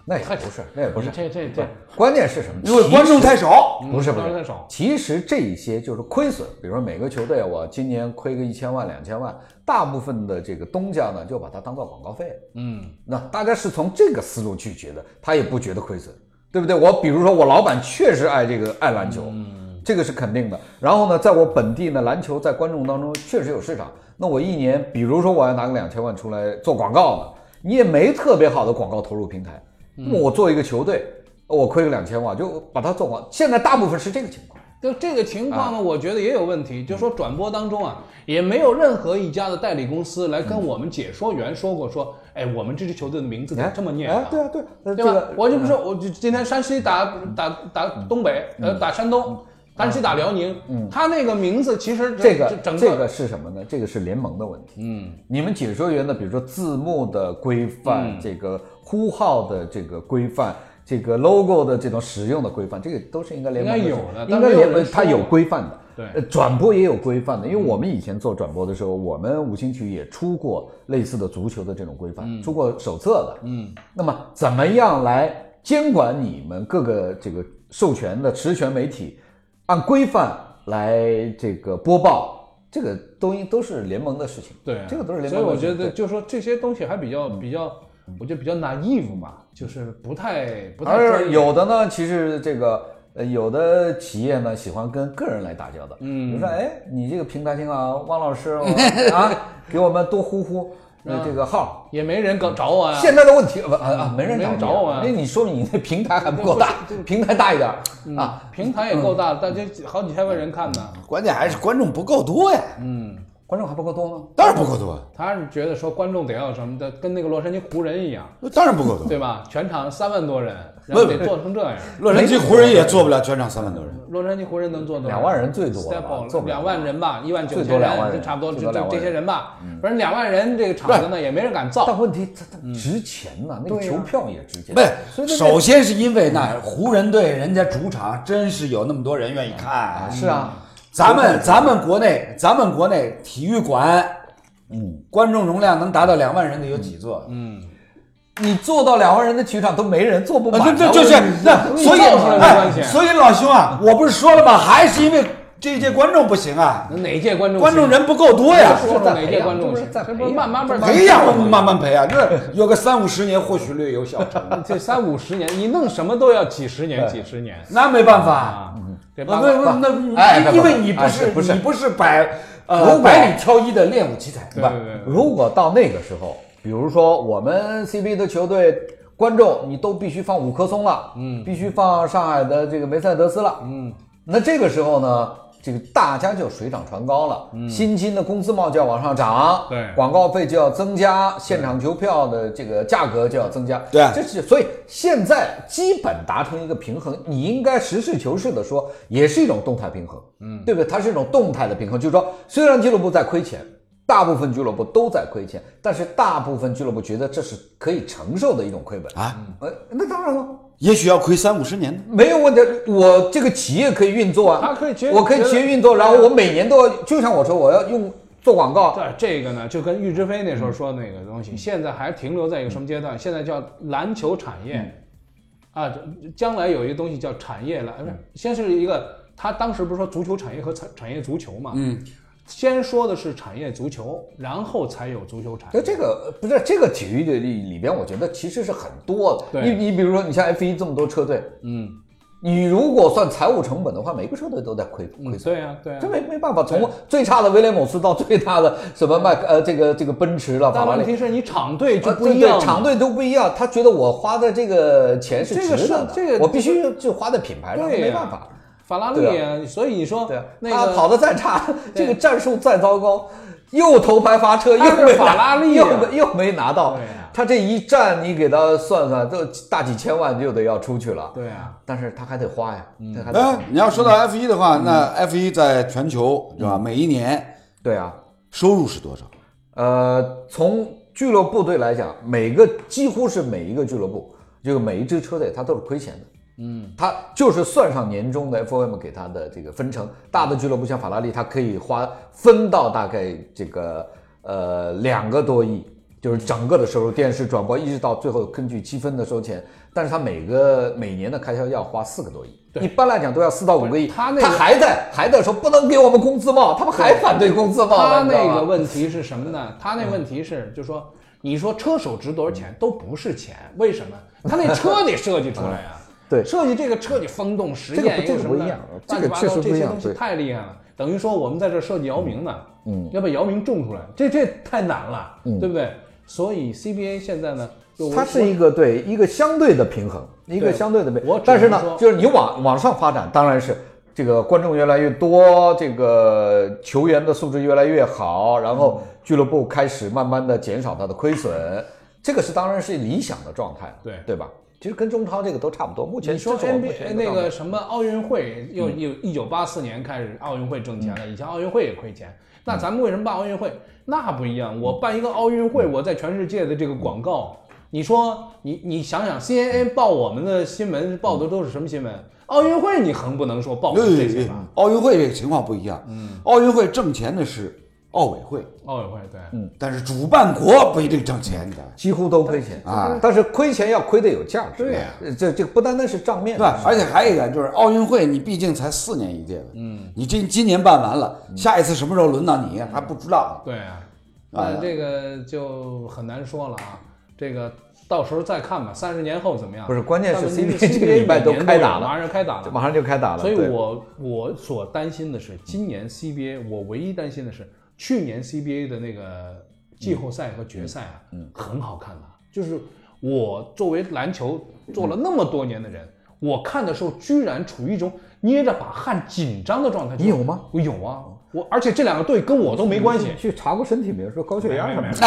Speaker 3: 那也不是，那也不是。嗯
Speaker 1: 这这这
Speaker 3: 关键是什么？嗯
Speaker 2: 因为观众太少，
Speaker 3: 不是不
Speaker 1: 当然
Speaker 3: 是
Speaker 1: 太少，
Speaker 3: 其实这一些就是亏损，比如说每个球队我今年亏个一千万两千万，大部分的这个东家呢就把它当做广告费了。嗯，那大家是从这个思路去觉得，他也不觉得亏损，对不对？我比如说我老板确实爱这个爱篮球，嗯，这个是肯定的。然后呢，在我本地呢，篮球在观众当中确实有市场。那我一年，比如说我要拿个两千万出来做广告呢，你也没特别好的广告投入平台，那么我做一个球队。我亏个两千万，就把它做完。现在大部分是这个情况，
Speaker 1: 就这个情况呢，
Speaker 3: 啊
Speaker 1: 我觉得也有问
Speaker 3: 嗯
Speaker 1: 题。就说转播当中啊，也没有任何一家的代理公司来
Speaker 3: 嗯
Speaker 1: 跟我们解说员说过说，哎，我们这支球队的名字怎么这么念
Speaker 3: 哎
Speaker 1: 啊，？
Speaker 3: 对啊，对啊，呃
Speaker 1: 对
Speaker 3: 这
Speaker 1: 吧
Speaker 3: 个？
Speaker 1: 我就不说，我就今天山西打打打东北，
Speaker 3: 嗯
Speaker 1: 呃，打山东，山西打辽宁，他那个名字其实
Speaker 3: 这个
Speaker 1: 整
Speaker 3: 这个是什么呢？这个是联盟的问题。嗯，你们解说员的，比如说字幕的规范，
Speaker 1: 嗯
Speaker 3: 这个呼号的这个规范，这个 logo 的这种使用的规范，这个都是应该联盟
Speaker 1: 应该
Speaker 3: 的
Speaker 1: 有的
Speaker 3: 应
Speaker 1: 但
Speaker 3: 该
Speaker 1: 没有
Speaker 3: 联盟
Speaker 1: 人说
Speaker 3: 它有规范的。
Speaker 1: 对嗯
Speaker 3: 呃转播也有规范的，因为我们以前做转播的时候，我们五星体育也出过类似的足球的这种规范，出过手册的。嗯，那么怎么样来监管你们各个这个授权的持权媒体，按规范来这个播报，这个都应都是联盟的事情。
Speaker 1: 对啊，
Speaker 3: 这个都是联
Speaker 1: 所以
Speaker 3: 盟
Speaker 1: 我
Speaker 3: 的事情。
Speaker 1: 觉得
Speaker 3: 对。
Speaker 1: 就说这些东西还比较比较，我觉得比较 naive 嘛，就是不太不太专
Speaker 3: 而
Speaker 1: 业。
Speaker 3: 有的呢，其实这个呃，有的企业呢喜欢跟个人来打交道，嗯，比如说，哎，你这个平台挺好，汪老师我啊，给我们多呼呼呃这个号。
Speaker 1: 也没人搞找我呀、
Speaker 3: 现在的问题呃不啊啊，没人
Speaker 1: 没人
Speaker 3: 找
Speaker 1: 找我啊
Speaker 3: 那你说明你那平台还不够大，平台大一点儿啊。
Speaker 1: 平台也够大，大家好几千万人看
Speaker 3: 嗯
Speaker 1: 呢。
Speaker 2: 关键还是观众不够多呀，
Speaker 1: 嗯
Speaker 3: 观众还不够多吗？
Speaker 2: 当然不够多，
Speaker 1: 他是觉得说观众得要什么的，跟那个洛杉矶湖人一样，
Speaker 2: 当然不够多。
Speaker 1: 对吧？全场三万多人，然后得做成这样。
Speaker 2: 洛杉矶湖人也做不了全场三万多人，
Speaker 1: 洛杉矶湖人能做多少
Speaker 3: 两万人最多了
Speaker 1: Step
Speaker 3: 吧
Speaker 1: out，
Speaker 3: 做不了
Speaker 1: 两万人吧，一万九
Speaker 3: 最多
Speaker 1: 千
Speaker 3: 两万人
Speaker 1: 就差不多
Speaker 3: 最
Speaker 1: 就
Speaker 3: 多
Speaker 1: 就
Speaker 3: 两万
Speaker 1: 这
Speaker 3: 人
Speaker 1: 些人吧。不是两万人这个场子呢，也没人敢造。
Speaker 3: 但问题它它值钱呐，那个球票也值钱。所
Speaker 2: 不
Speaker 3: 以
Speaker 2: 是，
Speaker 3: 那
Speaker 2: 首先是因为那湖人队人家主场真是有那么多人愿意看，
Speaker 3: 是啊，
Speaker 2: 咱们咱们国内咱们国内体育馆，嗯，观众容量能达到两万人的有几座？嗯，
Speaker 3: 你做到两万人的体育场都没人坐不满
Speaker 2: 这这
Speaker 3: 啊，
Speaker 2: 就是那所以
Speaker 1: 造出来没关系
Speaker 2: 哎所以老兄啊，我不是说了吗？还是因为这一届观众不行啊，
Speaker 1: 哪届观众
Speaker 2: 观众
Speaker 1: 行
Speaker 2: 人不够多呀。
Speaker 1: 说说哪
Speaker 3: 培
Speaker 1: 届
Speaker 3: 养
Speaker 1: 观
Speaker 3: 这
Speaker 1: 众
Speaker 3: 不是
Speaker 1: 行
Speaker 3: 在
Speaker 1: 这
Speaker 3: 培
Speaker 1: 不是慢慢慢慢
Speaker 2: 培养慢慢培养，这有个三五十年，或许 *laughs* 略有小成。
Speaker 1: 这三五十年，你弄什么都要几十年，几十年。
Speaker 2: 那没办法，
Speaker 1: 对哎
Speaker 2: 啊
Speaker 1: 八
Speaker 2: 不
Speaker 1: 卦
Speaker 2: 不，那
Speaker 3: 哎
Speaker 2: 因因
Speaker 3: 不
Speaker 2: 为你
Speaker 3: 哎
Speaker 2: 不是
Speaker 3: 不是
Speaker 2: 你不是百
Speaker 3: 如
Speaker 2: 呃
Speaker 3: 果
Speaker 2: 百里挑一的练武奇才，
Speaker 1: 对
Speaker 2: 吧？
Speaker 1: 对对，
Speaker 3: 如果到那个时候，比如说我们 CBA 的球队观众，你都必须放五棵松了，嗯，必须放上海的这个梅赛德斯了，嗯，那这个时候呢，这个大家就水涨船高了，嗯，薪金的工资帽就要往上涨，
Speaker 1: 对
Speaker 3: 广告费就要增加，现场球票的这个价格就要增加，
Speaker 2: 对
Speaker 3: 这是所以现在基本达成一个平衡，你应该实事求是的说，也是一种动态平衡，嗯，对不对？它是一种动态的平衡，就是说，虽然俱乐部在亏钱，大部分俱乐部都在亏钱，但是大部分俱乐部觉得这是可以承受的一种亏本，
Speaker 2: 啊，
Speaker 1: 嗯
Speaker 3: 呃，那当然了。
Speaker 2: 也许要亏三五十年呢。
Speaker 3: 没有问题，我这个企业可以运作啊，
Speaker 1: 它可以节
Speaker 3: 我可以
Speaker 1: 节
Speaker 3: 企业运作，然后我每年都要，就像我说，我要用做广告，
Speaker 1: 这这个呢，就跟玉之飞那时
Speaker 3: 嗯
Speaker 1: 候说的那个东西，现在还停留在一个什么阶段？现在叫篮球产
Speaker 3: 嗯
Speaker 1: 业，啊，这将来有一个东西叫产业篮，不
Speaker 3: 嗯
Speaker 1: 是先是一个，他当时不是说足球产业和产产业足球嘛，嗯，先说的是产业足球，然后才有足球产
Speaker 3: 那
Speaker 1: 业，
Speaker 3: 这个不是这个体育的里里边，我觉得其实是很多的。
Speaker 1: 对
Speaker 3: 你你比如说，你像 F 1这么多车队，
Speaker 1: 嗯，
Speaker 3: 你如果算财务成本的话，每个车队都在亏
Speaker 1: 嗯
Speaker 3: 亏损。
Speaker 1: 对呀、对呀、
Speaker 3: 这没没办法，从最差的威廉姆斯到最大的什么麦呃这个这个奔驰了，法
Speaker 1: 但
Speaker 3: 拉
Speaker 1: 问
Speaker 3: 利
Speaker 1: 题是你场队就
Speaker 3: 啊
Speaker 1: 不
Speaker 3: 对
Speaker 1: 一样了，
Speaker 3: 对厂队都不一样。他觉得我花的这个钱是
Speaker 1: 这
Speaker 3: 值
Speaker 1: 个
Speaker 3: 得
Speaker 1: 是
Speaker 3: 的，
Speaker 1: 这个
Speaker 3: 我必须就花在品牌上，
Speaker 1: 对呀
Speaker 3: 没办法。
Speaker 1: 法拉利
Speaker 3: 对
Speaker 1: 啊，所以你说
Speaker 3: 对啊，
Speaker 1: 那
Speaker 3: 他
Speaker 1: 个
Speaker 3: 跑得再
Speaker 1: *laughs*
Speaker 3: 差，这个战术再糟糕，又头牌发车，又
Speaker 1: 他是
Speaker 3: 没
Speaker 1: 法
Speaker 3: 拿
Speaker 1: 拉利啊
Speaker 3: 又没又没拿到
Speaker 1: 对啊。
Speaker 3: 他这一站，你给他算算，都大几千万就得要出去了。
Speaker 1: 对啊，嗯
Speaker 3: 但是他还得花呀，他还得花
Speaker 2: 哎，你要说到 F 一的话，那 F 一在全球对吧？
Speaker 1: 嗯
Speaker 2: 每一年
Speaker 3: 对啊，
Speaker 2: 收入是多少？
Speaker 3: 呃，从俱乐部队来讲，每个几乎是每一个俱乐部，这个每一支车队，它都是亏钱的。嗯，它就是算上年终的 FOM 给它的这个分成，大的俱乐部像法拉利，它可以花分到大概这个呃两个多亿，就是整个的收入，电视转播一直到最后根据积分的收钱，但是它每个每年的开销要花四个多亿。一般来讲都要四到五个亿，
Speaker 1: 不是它那个
Speaker 3: 他还在还在说不能给我们工资帽，他们还反对工资帽
Speaker 1: 他
Speaker 3: 呢，你知道啊
Speaker 1: 那
Speaker 3: 吗
Speaker 1: 个问题是什么
Speaker 4: 嗯
Speaker 1: 呢？他那问题是，就说你说车手值多少钱都不是钱，为什么？他那车得设计出来啊，
Speaker 4: *laughs* 对
Speaker 1: 设计这个车得风洞实
Speaker 4: 这个不
Speaker 1: 验，有什么的
Speaker 4: 这
Speaker 1: 乱
Speaker 4: 个
Speaker 1: 七
Speaker 4: 不一样这个确
Speaker 1: 八糟
Speaker 4: 实
Speaker 1: 这
Speaker 4: 不一
Speaker 1: 些
Speaker 4: 样
Speaker 1: 东西
Speaker 4: 对
Speaker 1: 太厉害了。等于说我们在这设计姚明呢，嗯，要把姚明种出来，这这太难了，对不对？所以 CBA 现在呢，就我
Speaker 4: 嗯它是一个对一个相对的平衡，一个相对的平
Speaker 1: 我只
Speaker 4: 但是呢
Speaker 1: 能，说
Speaker 3: 就是你往往上发展，当然是这个观众越来越多，这个球员的素质越来越好，然
Speaker 1: 嗯
Speaker 3: 后俱乐部开始慢慢的减少它的亏损，这个是当然是理想的状态，
Speaker 1: 对
Speaker 3: 对吧？其实跟中超这个都差不多，目前
Speaker 1: 你说
Speaker 3: 这是我目前
Speaker 1: NBA
Speaker 3: 一
Speaker 1: 那
Speaker 3: 状态
Speaker 1: 个什么奥运会，又
Speaker 4: 嗯
Speaker 1: 又一九八四年开始奥运会挣钱了，以前奥运会也亏钱。
Speaker 4: 嗯
Speaker 1: 那咱们为什么办奥运会？那不一样，我办一个奥运
Speaker 4: 嗯
Speaker 1: 会，我在全世界的这个广告，你说你你想想，CNN 报我们的新闻报
Speaker 4: 嗯
Speaker 1: 的都是什么新闻？奥运会你横不能说报的是这些
Speaker 4: 嗯
Speaker 1: 吧？
Speaker 2: 奥运会这个情况不一样，嗯，奥运会挣钱的是奥委会，
Speaker 4: 嗯
Speaker 1: 奥运会对，
Speaker 2: 但是主办国不一定挣钱，你
Speaker 1: 嗯
Speaker 2: 知道吧？
Speaker 3: 几乎都亏钱
Speaker 2: 啊，
Speaker 3: 但是亏钱要亏得有价值，
Speaker 1: 对啊呀
Speaker 3: 呃这这不单单是账面
Speaker 2: 对吧？而且还有一个就是奥运会，你毕竟才四年一届了，嗯，你今今年办完了，
Speaker 1: 嗯
Speaker 2: 下一次什么时候轮到你还不知道。
Speaker 1: 对啊，那这个就很难说了啊。这个到时候再看吧，三十年后怎么样？
Speaker 4: 不是关键是
Speaker 1: 但问题
Speaker 4: CBA 这个礼拜都
Speaker 1: 每年
Speaker 4: 开
Speaker 1: 有
Speaker 4: 打了
Speaker 1: 马上就开打了，
Speaker 4: 马上就开打了，
Speaker 1: 所以
Speaker 4: 对
Speaker 1: 我我所担心的是，今年 CBA 我唯一担心的是，去年 CBA 的那个季后赛和决赛啊，
Speaker 3: 嗯
Speaker 1: 很好看的、就是我作为篮球做了那么多年的人，我看的时候居然处于一种捏着把汗紧张的状态。
Speaker 4: 你有吗？
Speaker 1: 我有啊，我而且这两个队跟我都没关系，
Speaker 4: 去查过身体没有？说高血压什么的。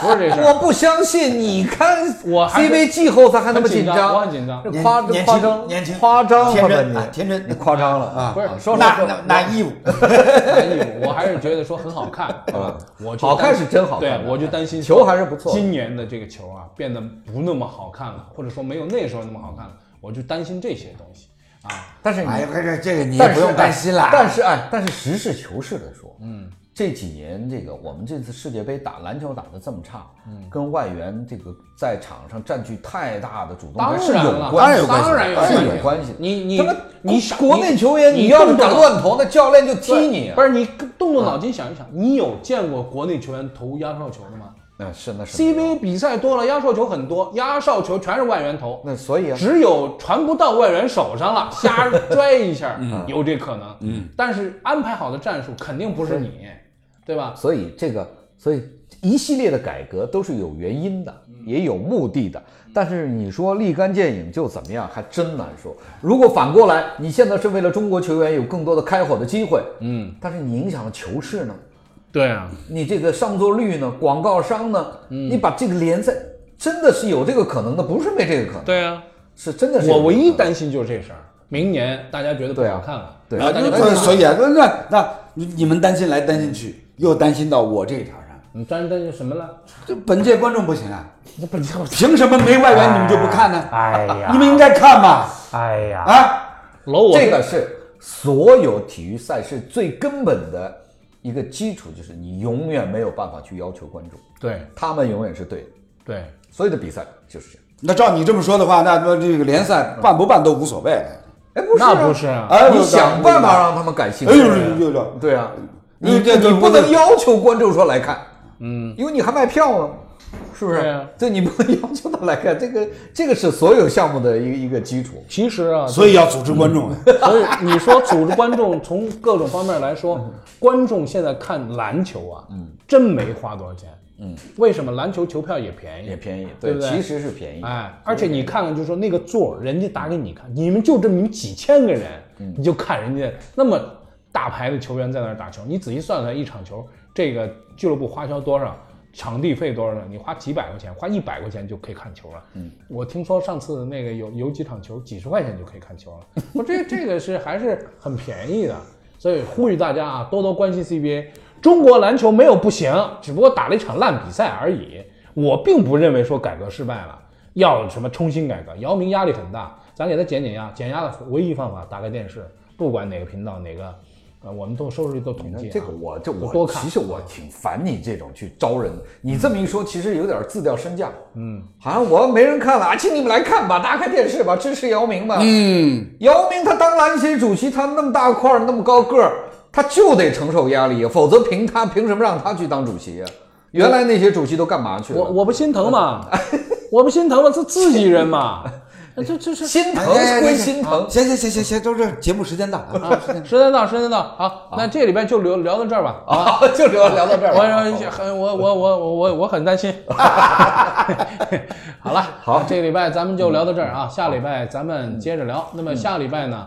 Speaker 1: 不是这事
Speaker 3: *laughs* 啊我
Speaker 1: 儿。
Speaker 3: 不相信，你看
Speaker 1: 我还是
Speaker 3: CBA 季后赛还那么
Speaker 1: 很紧
Speaker 3: 紧
Speaker 1: 张我很紧张
Speaker 3: 这
Speaker 2: 年
Speaker 3: 夸
Speaker 2: 年轻
Speaker 3: 夸张，
Speaker 2: 年轻
Speaker 3: 夸张
Speaker 2: 天
Speaker 3: 了吧
Speaker 2: 真
Speaker 4: 你
Speaker 2: 啊天真
Speaker 4: 你夸张了
Speaker 2: 啊
Speaker 4: 啊！
Speaker 1: 不是，
Speaker 3: 说
Speaker 2: 那那那义务，
Speaker 3: 嗯
Speaker 1: *laughs* 难以我还是觉得说很好
Speaker 3: *laughs*
Speaker 1: 看，啊，我就
Speaker 3: 好看
Speaker 1: 担心
Speaker 3: 是真好看
Speaker 1: 对我就担心
Speaker 3: 球还是不错
Speaker 1: 今年的这个球啊，变得不那么好看了，或者说没有那时候那么好看了，我就担心这些东西啊。
Speaker 3: 但是你
Speaker 2: 哎呀，这个这个你也
Speaker 3: 但
Speaker 2: 不
Speaker 3: 是
Speaker 2: 用担心啦。
Speaker 3: 但是哎，但是实事求是的说，嗯，这几年这个我们这次世界杯打篮球打得这么差，嗯，跟外援这个在场上占据太大的主动
Speaker 1: 当
Speaker 3: 权是
Speaker 1: 然
Speaker 3: 有
Speaker 1: 了，
Speaker 3: 关系的，
Speaker 1: 当然有
Speaker 3: 是
Speaker 1: 关系
Speaker 3: 有关系的。
Speaker 1: 你你
Speaker 3: 他妈
Speaker 1: 你
Speaker 3: 国国内球员，你
Speaker 1: 你
Speaker 3: 要是
Speaker 1: 动动
Speaker 3: 敢乱投，那教练就踢
Speaker 1: 对
Speaker 3: 你啊。
Speaker 1: 不是你动动脑筋想一想，你有见过国内球员投压哨球的吗？
Speaker 3: 那是那是
Speaker 1: CBA 比赛多了，压哨球很多，压哨球全是外援投，
Speaker 3: 那所以啊，
Speaker 1: 只有传不到外援手上了，瞎拽一下，有这可能。嗯，但是安排好的战术肯定不是你，对吧？
Speaker 3: 所以这个，所以一系列的改革都是有原因的，
Speaker 1: 嗯
Speaker 3: 也有目的的。但是你说立竿见影就怎么样，还真难说。如果反过来，你现在是为了中国球员有更多的开火的机会，嗯，但是你影响了球市呢？
Speaker 1: 对啊，
Speaker 3: 你这个上座率呢？广告商呢？
Speaker 1: 嗯
Speaker 3: 你把这个联赛真的是有这个可能的，不是没这个可能，
Speaker 1: 对啊。
Speaker 3: 是真的是有
Speaker 1: 我
Speaker 3: 这个
Speaker 1: 唯一
Speaker 3: 可能
Speaker 1: 担心就是这事儿，明年大家觉得不
Speaker 3: 对
Speaker 1: 好
Speaker 3: 啊
Speaker 1: 看了，
Speaker 3: 对
Speaker 1: 然后大家
Speaker 2: 那
Speaker 1: 觉得
Speaker 2: 那所以啊，那那那你你们担心来担心去，又担心到我这一茬上，
Speaker 1: 你担担心什么了？
Speaker 2: 这本届观众不行啊，
Speaker 1: 那不就
Speaker 2: 凭什么没外援你们就不看呢？
Speaker 6: 哎呀，
Speaker 2: 你们应该看吧？
Speaker 6: 哎呀，
Speaker 2: 啊，
Speaker 1: 搂我
Speaker 3: 这个是所有体育赛事最根本的一个基础，就是你永远没有办法去要求观众，
Speaker 1: 对
Speaker 3: 他们永远是对的。
Speaker 1: 对，
Speaker 3: 所有的比赛就是这样。
Speaker 2: 那照你这么说的话，那那这个联赛办不办都无所谓了。
Speaker 3: 哎，不是、啊，
Speaker 1: 那不是啊
Speaker 3: 哎，你想办法让他们感兴
Speaker 2: 哎
Speaker 3: 趣。
Speaker 2: 呦呦呦呦，
Speaker 3: 对啊，
Speaker 2: 嗯
Speaker 3: 你
Speaker 2: 这
Speaker 3: 这
Speaker 2: 个
Speaker 3: 你不
Speaker 2: 我
Speaker 3: 能要求观众说来看，嗯，因为你还卖票呢，是不是？
Speaker 1: 对啊
Speaker 3: 这你不能要求他来看，这个这个是所有项目的一个一个基础。
Speaker 1: 其实啊，
Speaker 2: 所以要组织观众啊。
Speaker 1: *laughs* 所以你说组织观众，从各种方面来
Speaker 3: 嗯
Speaker 1: 说，观众现在看篮球啊，真没花多少钱。嗯，为什么篮球球票也便宜？
Speaker 3: 也便宜，
Speaker 1: 对不对
Speaker 3: 其实是便宜。
Speaker 1: 哎，而且你看看，就是说那个座儿，人家打给你看，你们就这么几千个人，
Speaker 3: 嗯
Speaker 1: 你就看人家那么大牌的球员在那儿打球，你仔细算算一场球，这个俱乐部花销多少，场地费多少，你花几百块钱，花一百块钱就可以看球了。嗯，我听说上次那个有有几场球几十块钱就可以看球了，我这这个是还是很便宜的，所以呼吁大家啊，多多关心 CBA。中国篮球没有不行，只不过打了一场烂比赛而已。我并不认为说改革失败了，要什么重新改革。姚明压力很大，咱给他减减压，减压的唯一方法打开电视，不管哪个频道哪个，呃，我们都收视率都统计啊、
Speaker 3: 这个我就我
Speaker 1: 多看
Speaker 3: 其实我挺烦你这种去招人的。你这么一说，其实有点自掉身价。嗯，好像我没人看了啊，请你们来看吧，打开电视吧，支持协姚明吧。
Speaker 2: 嗯，
Speaker 3: 姚明他当篮协主席，他那么大块儿，那么高个儿，他就得承受压力，啊否则凭他凭什么让他去当主席呀、啊原来那些主席都干嘛去了？
Speaker 1: 我我不心疼嘛，我不心疼嘛，这自己人嘛，这这这
Speaker 3: 心 *laughs* 疼
Speaker 2: 哎
Speaker 3: 归心疼，
Speaker 2: 行行行行行，都是节目时间到了啊。
Speaker 1: 时间到，时间到，好，那这里边就聊聊到这儿吧。
Speaker 3: 啊， *laughs* 就聊聊到这
Speaker 1: *laughs*
Speaker 3: 儿
Speaker 1: 我
Speaker 3: 吧。
Speaker 1: 我很我我我我我我很担心。 *laughs* 好了，好，这个礼拜咱们就聊到这儿啊，下礼拜咱们接着聊。那么下礼拜呢，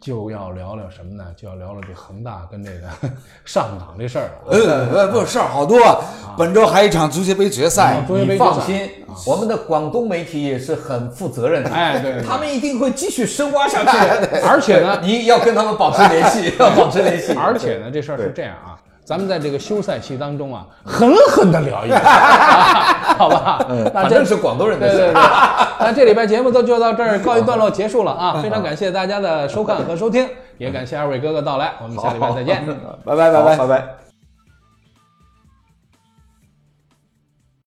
Speaker 1: 就要聊聊什么呢？就要聊聊这恒大跟这个 *laughs* 上港这事儿了。啊
Speaker 2: 呃呃，不事儿好多啊，本周还有一场足协杯决赛。
Speaker 1: 中
Speaker 3: 你
Speaker 1: 杯
Speaker 3: 放
Speaker 1: 决赛，
Speaker 3: 心，我们的广东媒体也是很负责任的，
Speaker 1: 哎对对对
Speaker 3: 他们一定会继续深挖下去的。
Speaker 1: 而且呢，
Speaker 3: *laughs* 你要跟他们保持联系，要保持联系。
Speaker 1: 而且呢，这事儿是这样啊，咱们在这个休赛期当中啊，狠狠的聊一 *laughs* 聊，好吧？那
Speaker 3: 嗯反
Speaker 1: 这
Speaker 3: 正是广东人的
Speaker 1: 对
Speaker 3: 事 *laughs*
Speaker 1: 对对，
Speaker 3: 儿。
Speaker 1: 那这礼拜节目都就到这儿告一段落，结束了
Speaker 3: 嗯
Speaker 1: 啊！非常感谢大家的收看和收听，也感谢二位哥哥到来，我们下礼拜再见。
Speaker 2: 拜拜拜拜
Speaker 3: 好拜拜。